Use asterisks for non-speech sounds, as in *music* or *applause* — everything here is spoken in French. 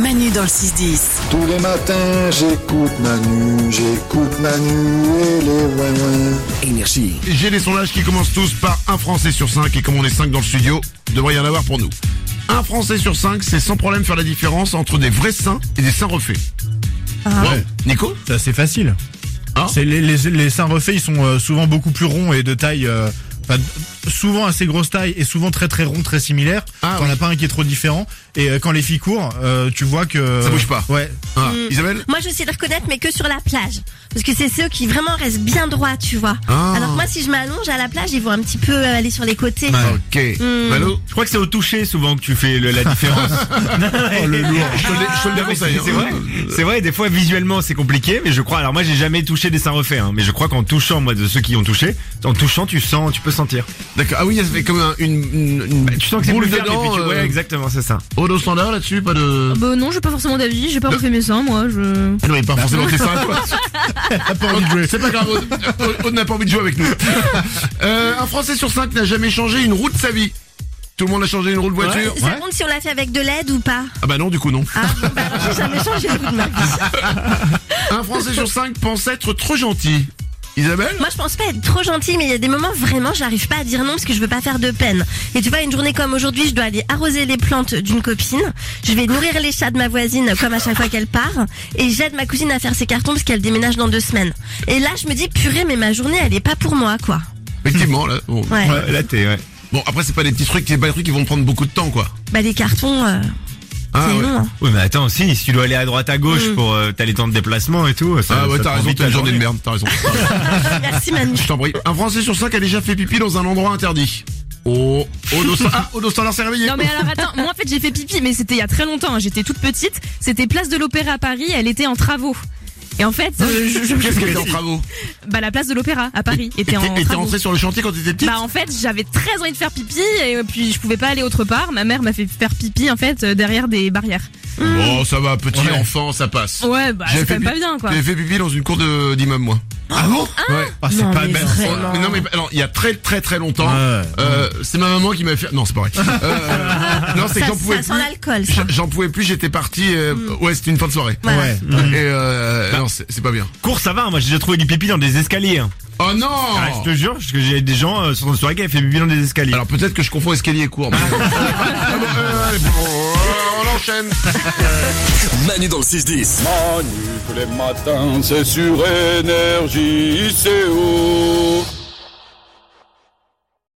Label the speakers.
Speaker 1: Manu dans le 6-10.
Speaker 2: Tous les matins, j'écoute Manu, j'écoute Manu et les ouin
Speaker 1: Énergie.
Speaker 3: J'ai les sondages qui commencent tous par un Français sur cinq et comme on est cinq dans le studio, il devrait y en avoir pour nous. Un Français sur cinq, c'est sans problème faire la différence entre des vrais seins et des seins refaits. Ouais. Nico
Speaker 4: C'est assez facile.
Speaker 3: Hein
Speaker 4: C'est les, les, les seins refaits, ils sont euh, souvent beaucoup plus ronds et de taille. euh, enfin, souvent assez grosse taille et souvent très très rond, très similaire.
Speaker 3: Ah,
Speaker 4: quand on
Speaker 3: oui.
Speaker 4: a pas un qui est trop différent. Et euh, quand les filles courent, euh, tu vois que.
Speaker 3: Ça bouge pas.
Speaker 4: Ouais.
Speaker 3: Ah, Isabelle
Speaker 5: Moi, je sais les reconnaître, mais que sur la plage. Parce que c'est ceux qui vraiment restent bien droits, tu vois.
Speaker 3: Ah.
Speaker 5: Alors que moi, si je m'allonge à la plage, ils vont un petit peu euh, aller sur les côtés.
Speaker 3: Ok. Valo
Speaker 6: Je crois que c'est au toucher souvent que tu fais le- la
Speaker 3: *laughs*
Speaker 6: différence. *laughs*
Speaker 3: Je te Oh, le- je te le déconseille.
Speaker 6: C'est
Speaker 3: hein.
Speaker 6: vrai, c'est vrai. Des fois visuellement c'est compliqué, mais je crois. Alors moi j'ai jamais touché des seins refaits, hein, mais je crois qu'en touchant moi de ceux qui ont touché, en touchant tu sens, tu peux sentir. Bah,
Speaker 3: D'accord. Ah oui, il y a comme un- une, une, une
Speaker 6: Tu sens que c'est
Speaker 3: boule
Speaker 6: plus ferme. et
Speaker 3: dedans.
Speaker 6: puis tu- Ouais,
Speaker 3: euh,
Speaker 6: exactement, c'est ça.
Speaker 3: Odo standard là-dessus, pas de.
Speaker 7: Bah non, j'ai pas forcément d'avis, j'ai pas refait mes seins, moi, je...
Speaker 3: Ah non, mais pas forcément tes seins, toi. C'est pas grave, Aude- Aude n'a pas envie de jouer *laughs* avec nous. Euh, un Français sur cinq n'a jamais changé une roue de sa vie. Tout le monde a changé une roue de voiture.
Speaker 5: Ça compte si on l'a fait avec de l'aide ou pas
Speaker 3: Ah bah non, du coup non.
Speaker 5: Ah, bon, bah, alors, j'ai jamais changé le goût de ma vie.
Speaker 3: Un Français sur cinq pense être trop gentil. Isabelle
Speaker 5: Moi, je pense pas être trop gentille, mais il y a des moments vraiment, j'arrive pas à dire non parce que je veux pas faire de peine. Et tu vois, une journée comme aujourd'hui, je dois aller arroser les plantes d'une copine. Je vais nourrir les chats de ma voisine comme à chaque fois qu'elle part. Et j'aide ma cousine à faire ses cartons parce qu'elle déménage dans deux semaines. Et là, je me dis, purée, mais ma journée, elle est pas pour moi, quoi.
Speaker 3: Effectivement, là. Bon,
Speaker 5: Ouais.
Speaker 6: Ouais, là t'es. Ouais.
Speaker 3: Bon, après, c'est pas des petits trucs, c'est pas des trucs qui vont prendre beaucoup de temps, quoi.
Speaker 5: Bah, les cartons, euh,
Speaker 3: Ah,
Speaker 5: c'est
Speaker 3: ouais.
Speaker 5: long. hein.
Speaker 3: *laughs*
Speaker 6: Ouais, mais attends, si, si tu dois aller à droite à gauche
Speaker 5: Mm.
Speaker 6: pour euh, t'as les temps de déplacement et tout. Ça,
Speaker 3: Ah
Speaker 6: ça
Speaker 3: ouais, t'as
Speaker 6: prend
Speaker 3: raison,
Speaker 6: vite
Speaker 3: t'as
Speaker 6: la
Speaker 3: une journée de merde, t'as *laughs* raison. Ah,
Speaker 5: Merci, Manu.
Speaker 3: Je t'en prie. Un Français sur cinq a déjà fait pipi dans un endroit interdit. Oh, Odo Standard, ah, Odo Standard s'est réveillé.
Speaker 7: Non mais alors attends, moi en fait j'ai fait pipi, mais c'était il y a très longtemps, hein, j'étais toute petite, c'était place de l'Opéra à Paris, elle était en travaux. Et en fait, euh, je- je-
Speaker 3: Qu'est-ce qu'elle était en travaux
Speaker 7: bah la place de l'Opéra à Paris
Speaker 3: Et
Speaker 7: était
Speaker 3: t'es-
Speaker 7: en
Speaker 3: et t'es
Speaker 7: travaux.
Speaker 3: rentré sur le chantier quand t'étais petite
Speaker 7: Bah en fait j'avais très envie de faire pipi et puis je pouvais pas aller autre part. Ma mère m'a fait faire pipi en fait euh, derrière des barrières.
Speaker 3: Oh, ça va, petit
Speaker 4: Ouais.
Speaker 3: enfant, ça passe.
Speaker 7: hum. Ouais bah
Speaker 3: J'avais
Speaker 7: c'est
Speaker 3: fait
Speaker 7: quand même
Speaker 3: pi-
Speaker 7: pas bien quoi.
Speaker 3: J'avais fait pipi dans une cour de- d'immeuble, moi. Ah bon Ouais.
Speaker 4: Ah, c'est
Speaker 5: Non,
Speaker 4: pas
Speaker 5: mais
Speaker 4: bête.
Speaker 5: vrai.
Speaker 3: Oh, mais non mais alors il y a très très très longtemps,
Speaker 4: Ouais.
Speaker 3: euh, c'est ma maman qui m'a fait. Non c'est pas
Speaker 7: *laughs*
Speaker 3: vrai. Euh, non c'est que
Speaker 5: Ça,
Speaker 3: j'en pouvais
Speaker 5: ça sent
Speaker 3: plus.
Speaker 5: l'alcool, ça.
Speaker 3: J'- J'en pouvais plus. J'étais parti. euh,
Speaker 7: Hum.
Speaker 3: Ouais c'était une fin de soirée.
Speaker 5: Voilà.
Speaker 4: Ouais.
Speaker 3: Et euh, non c'est c'est pas bien.
Speaker 6: Cours, ça va. Moi j'ai déjà trouvé du pipi dans des escaliers. hein.
Speaker 3: Oh non.
Speaker 6: Ah, je te jure, parce que j'ai des gens euh, sur une soirée qui avaient fait pipi dans des escaliers.
Speaker 3: Alors peut-être que je confonds escalier et
Speaker 4: *laughs*
Speaker 3: cours. mais- Ah bon, euh, allez, on enchaîne.
Speaker 1: Manu dans le 6-10.
Speaker 8: Manu tous les matins, c'est sur énergie, c'est haut.